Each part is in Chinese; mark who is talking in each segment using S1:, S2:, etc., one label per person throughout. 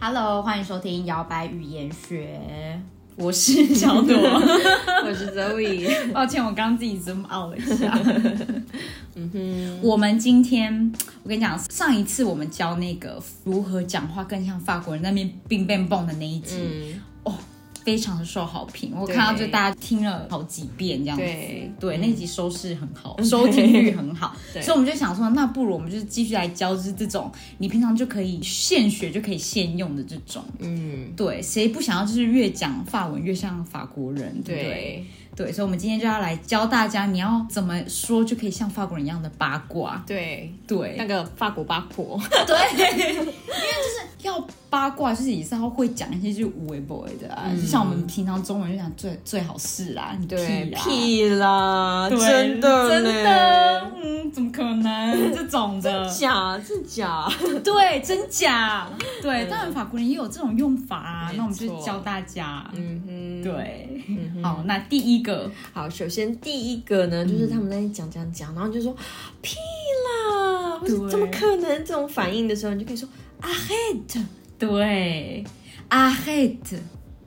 S1: Hello，欢迎收听摇摆语言学，我是小 朵。
S2: 我是 Zoe。
S1: 抱歉，我刚刚自己 zoom out 了一下。
S2: 嗯哼，
S1: 我们今天，我跟你讲，上一次我们教那个如何讲话更像法国人那边冰冰蹦的那一集，
S2: 嗯，
S1: 非常的受好评。我
S2: 对
S1: 看到就大家听了好几遍这样子。
S2: 对嗯
S1: 对，那集收视很 好，收听率很好，
S2: 对
S1: 所以我们就想说，那不如我们就是继续来教，就是这种你平常就可以现学就可以现用的这种。
S2: 嗯，
S1: 对，谁不想要就是越讲法文越像法国人，对不对？
S2: 对，
S1: 对，所以我们今天就要来教大家，你要怎么说就可以像法国人一样的八卦。
S2: 对，
S1: 对
S2: 那，个法国八婆，
S1: 对，因为就是要八卦，就是也是要会讲一些就是无为 boy 的啊，
S2: 嗯
S1: 就像我们平常中文就讲最最好是啦，你
S2: 对，
S1: 啦。
S2: 屁啦，
S1: 对
S2: 真的
S1: 真
S2: 呢
S1: 的，，嗯，怎么可能这种的？
S2: 假是假，
S1: 对，真假？对，当然法国人也有这种用法啊。那我们就
S2: 没错
S1: 教大家，
S2: 嗯哼，。
S1: 对，好，那第一个，
S2: 好，首先第一个
S1: 嗯
S2: 呢，就是他们在那里讲讲讲，然后就说屁啦，或
S1: 对
S2: 者怎么可能这种反应的时候，你就可以说 ahead，
S1: 对，arrête，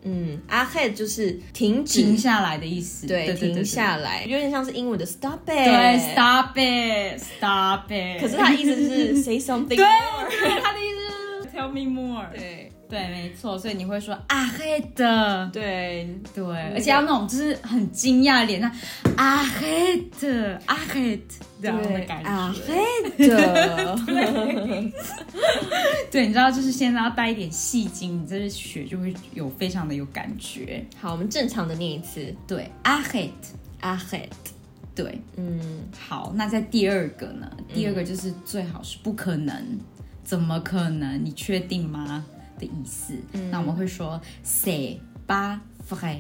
S2: 嗯，ahead 就是停
S1: 停
S2: 止，
S1: 下来的意思，
S2: 对，停下来，有点像是英文的 stop it，
S1: 对，stop it，stop it。
S2: 可是他的意思是 say something，
S1: 对对，他的意思是 tell me more。
S2: 对
S1: 对，没错，所以你会说 arrête，
S2: 对，
S1: 对，而且要那种就是很惊讶的脸，那 arrête，arrête 这样的感
S2: 啊
S1: 觉。
S2: 嘿的，
S1: 对，你知道，就是现在要带一点戏精，你这是学就会有非常的有感觉。
S2: 好，我们正常的念一次
S1: 对，arrête，
S2: 啊嘿，
S1: 对，
S2: 嗯，
S1: 好，那在第二个呢？第二个就是最好是不可能，怎么可能？你确定吗？的意思。那我们会说 “c'est pas vrai”，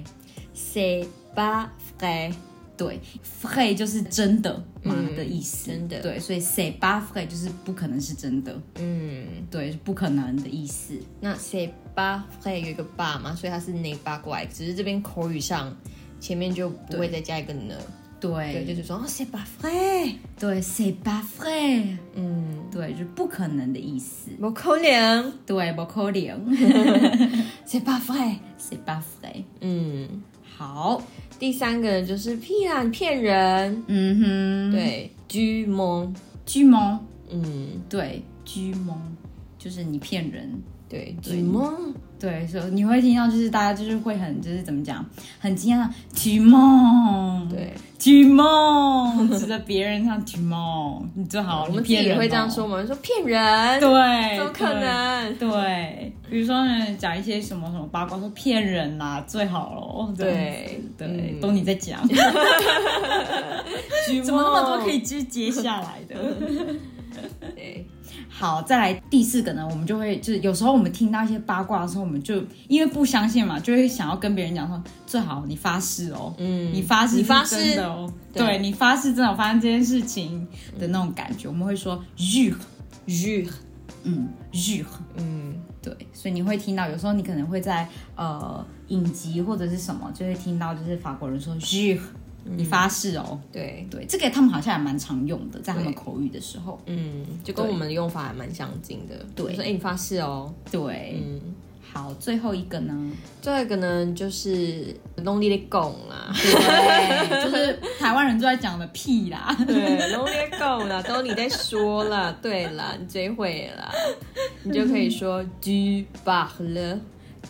S2: 谁吧嘿，
S1: 对，“vrai” 就是真的吗、
S2: 嗯
S1: 的意思，
S2: 真的
S1: 对，所以 “c'est pas vrai” 就是不可能是真的，
S2: 嗯，
S1: 对，不可能的意思。
S2: 那谁吧嘿有一个吧嘛，所以它是内八过来，只是这边口语上前面就不会再加一个呢，对，
S1: 对
S2: 就是说哦谁吧嘿，
S1: 对，“c'est pas vrai”，
S2: 嗯，
S1: 对，就是不可能的意思。
S2: 我可怜，
S1: 对，不可 能
S2: 谁吧嘿，
S1: ，c'est pas vrai。
S2: 嗯，
S1: 好，
S2: 第三个就是屁啦，你骗人，
S1: 嗯哼，
S2: 对，居蒙，
S1: 巨萌。
S2: 嗯，
S1: 对，居蒙就是你骗人。
S2: 对，居蒙，
S1: 对，所以你会听到就是大家就是会很就是怎么讲，很惊讶，举梦，
S2: 对。
S1: 举梦，指着别人像举梦，你最好
S2: 我们
S1: 你
S2: 自己
S1: 骗人
S2: 也会这样
S1: 哦
S2: 说，嘛，我们说骗人，
S1: 对，
S2: 怎么可能？
S1: 对？对，比如说呢，讲一些什么什么八卦，说骗人啦、最好咯。这样子
S2: 对
S1: 对，
S2: 嗯
S1: 都你在 讲，怎么那么多可以接接下来的？
S2: 对，
S1: 好，再来第四个呢，我们就会就是有时候我们听到一些八卦的时候，我们就因为不相信嘛，就会想要跟别人讲说，最好你发誓哦，
S2: 嗯
S1: 你发誓，
S2: 你发
S1: 真
S2: 誓
S1: 的，哦，
S2: 对
S1: 对你发誓真的有发生这件事情的那种感觉，我们会说 jure，
S2: jure，
S1: 嗯 jure，
S2: 嗯，
S1: 对，所以你会听到有时候你可能会在呃影集或者是什么，就会听到就是法国人说 jure，你
S2: 嗯
S1: 发誓哦，
S2: 对，
S1: 对，这个他们好像也蛮常用的，在他们
S2: 对
S1: 口语的时候，
S2: 嗯，就跟
S1: 对
S2: 我们的用法还蛮相近的。
S1: 对
S2: 就说哎、你发誓哦。
S1: 对，
S2: 嗯，
S1: 好，最后一个 呢？
S2: 最后一个呢，就是 lonely 的拱啦，
S1: 对，就是台湾人最爱讲的屁 啦。
S2: 对，lonely 的拱 啦，都你在说啦，对啦，你最会啦，你就可以说 du bar 了，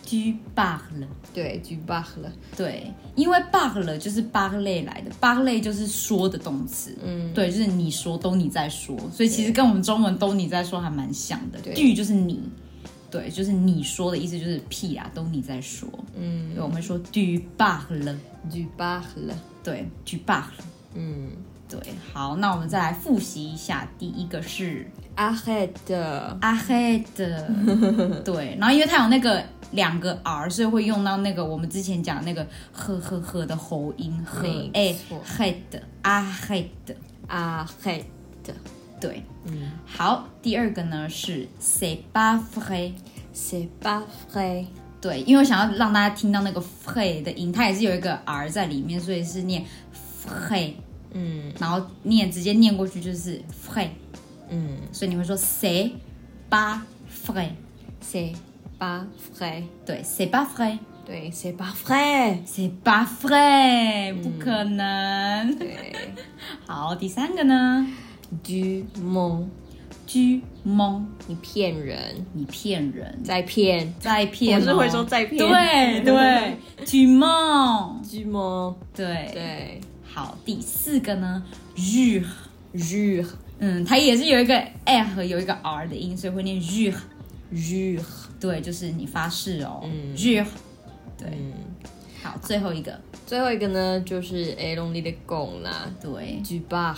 S1: 居 bug 了，
S2: 对，du bar 了，
S1: 对，因为 bug 了就是 bug 类来的，bug 类就是说的动词，
S2: 嗯，
S1: 对，就是你说都你在说，所以其实跟我们中文都你在说还蛮像的。
S2: 对
S1: 句就是你，对，就是你说的意思就是屁啦，都你在说。
S2: 嗯
S1: 对，我们会说居 bug 了，
S2: ，du bar 了，
S1: 对，居 bug 了，
S2: 嗯
S1: 对，好，那我们再来复习一下，第一个是
S2: a h e d
S1: 阿黑的，对，然后因为它有那个两个 R，所以会用到那个我们之前讲那个呵呵呵的喉音，呵
S2: 没
S1: 哎
S2: 错
S1: 嘿的阿嘿的，
S2: a h e d
S1: 对，
S2: 嗯
S1: 好，第二个呢是 c'est pas vrai，
S2: ，c'est pas vrai。
S1: 对，因为我想要让大家听到那个 vrai 的音，它也是有一个 R 在里面，所以是念 vrai，
S2: 嗯
S1: 然后念直接念过去就是 vrai，
S2: 嗯
S1: 所以你会说 c'est pas vrai，
S2: ，c'est pas vrai，
S1: 对，c'est pas vrai，
S2: 对，c'est pas vrai，
S1: c'est pas vrai，不可能。
S2: 对
S1: 好，第三个呢
S2: ，du mont，
S1: 居蒙，
S2: 你骗人，
S1: 你骗人，
S2: 在骗
S1: 在骗、哦。
S2: 我是会说在骗
S1: 对对，居蒙，
S2: ，du mont，
S1: 对。
S2: 对
S1: 好，第四个呢日，
S2: ，jure
S1: 嗯，它也是有一个 a 和有一个 r 的音，所以会念日。
S2: jure，
S1: 对，就是你发誓哦，
S2: 嗯
S1: 日。
S2: 嗯，
S1: 好，最后一个，
S2: 最后一个呢就是 e l o n l 的拱啦
S1: 对，
S2: ，du barre，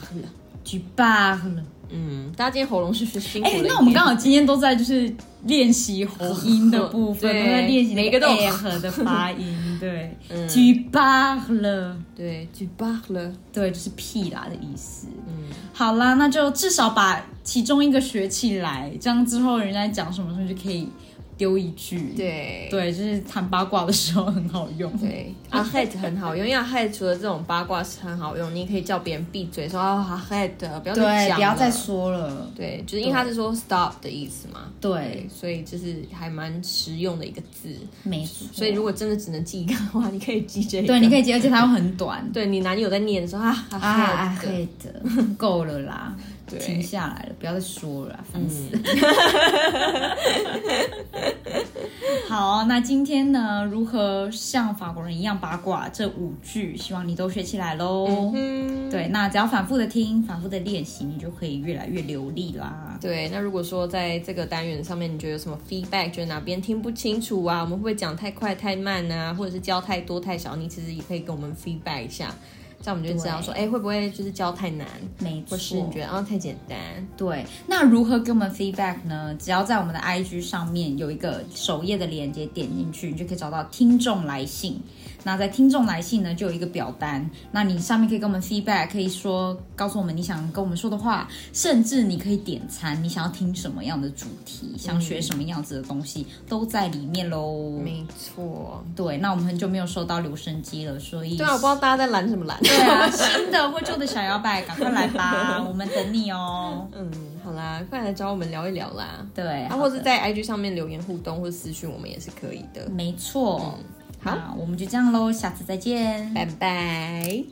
S1: 举罢了。
S2: 嗯，大家今天喉咙是不是辛苦
S1: 哎、
S2: 了一点？
S1: 那我们刚好今天都在就是练习喉音的部分，
S2: 对
S1: 都在练习那
S2: 每个 都有
S1: a 和的发音，对，
S2: 嗯
S1: 举罢了，
S2: 对 du barre，
S1: 对，就是屁啦的意思。
S2: 嗯，
S1: 好啦，那就至少把其中一个学起来，这样之后人家讲什么时候就可以丢一句。
S2: 对。
S1: 对，就是谈八卦的时候很好用。
S2: 对，阿 head 很好用，因为阿 head 除了这种八卦是很好用，你可以叫别人闭嘴，说啊阿 head 不要再
S1: 对，
S2: 讲
S1: 不要
S2: 了
S1: 再说了。
S2: 对，就是因为它是说 stop 的意思嘛，
S1: 对，
S2: 所以就是还蛮实用的一个字。
S1: 没错。
S2: 所以如果真的只能记一个的话，你可以记这个。
S1: 对，你可以接，而且它又很短。
S2: 对你男友在念的时候啊，啊
S1: 啊，啊
S2: head
S1: 黑的，够了啦，
S2: 对
S1: 停下来了，不要再说了啦，烦死。
S2: 嗯
S1: 好，哦那今天呢，如何像法国人一样八卦这五句，希望你都学起来喽。
S2: 嗯，
S1: 对，那只要反复的听，反复的练习，你就可以越来越流利啦。
S2: 对，那如果说在这个单元上面，你觉得有什么 feedback，觉得哪边听不清楚啊？我们会不会讲太快、太慢啊？或者是教太多、太少？你其实也可以跟我们 feedback 一下，这样我们就知道说，哎，会不会就是教太难，
S1: 没
S2: 或
S1: 错，
S2: 是你觉得啊、太简单？
S1: 对，那如何给我们 feedback 呢？只要在我们的 IG 上面有一个首页的链接，点进去，你就可以找到听众来信。那在听众来信呢，就有一个表单，那你上面可以给我们 feedback，可以说告诉我们你想跟我们说的话，甚至你可以点餐，你想要听什么样的主题，想学什么样子的东西，都在里面喽。
S2: 没错，
S1: 对，那我们很久没有收到留声机了，所以
S2: 对啊，我不知道大家在懒什么懒。
S1: 对啊，新的或旧的小摇摆，赶快来吧，我们等你哦。
S2: 嗯，好啦，快来找我们聊一聊啦。
S1: 对，
S2: 啊，
S1: 好
S2: 或
S1: 的
S2: 者在 IG 上面留言互动，或者私讯我们也是可以的。
S1: 没错。
S2: 好
S1: 那我们就这样喽，下次再见，
S2: 拜拜。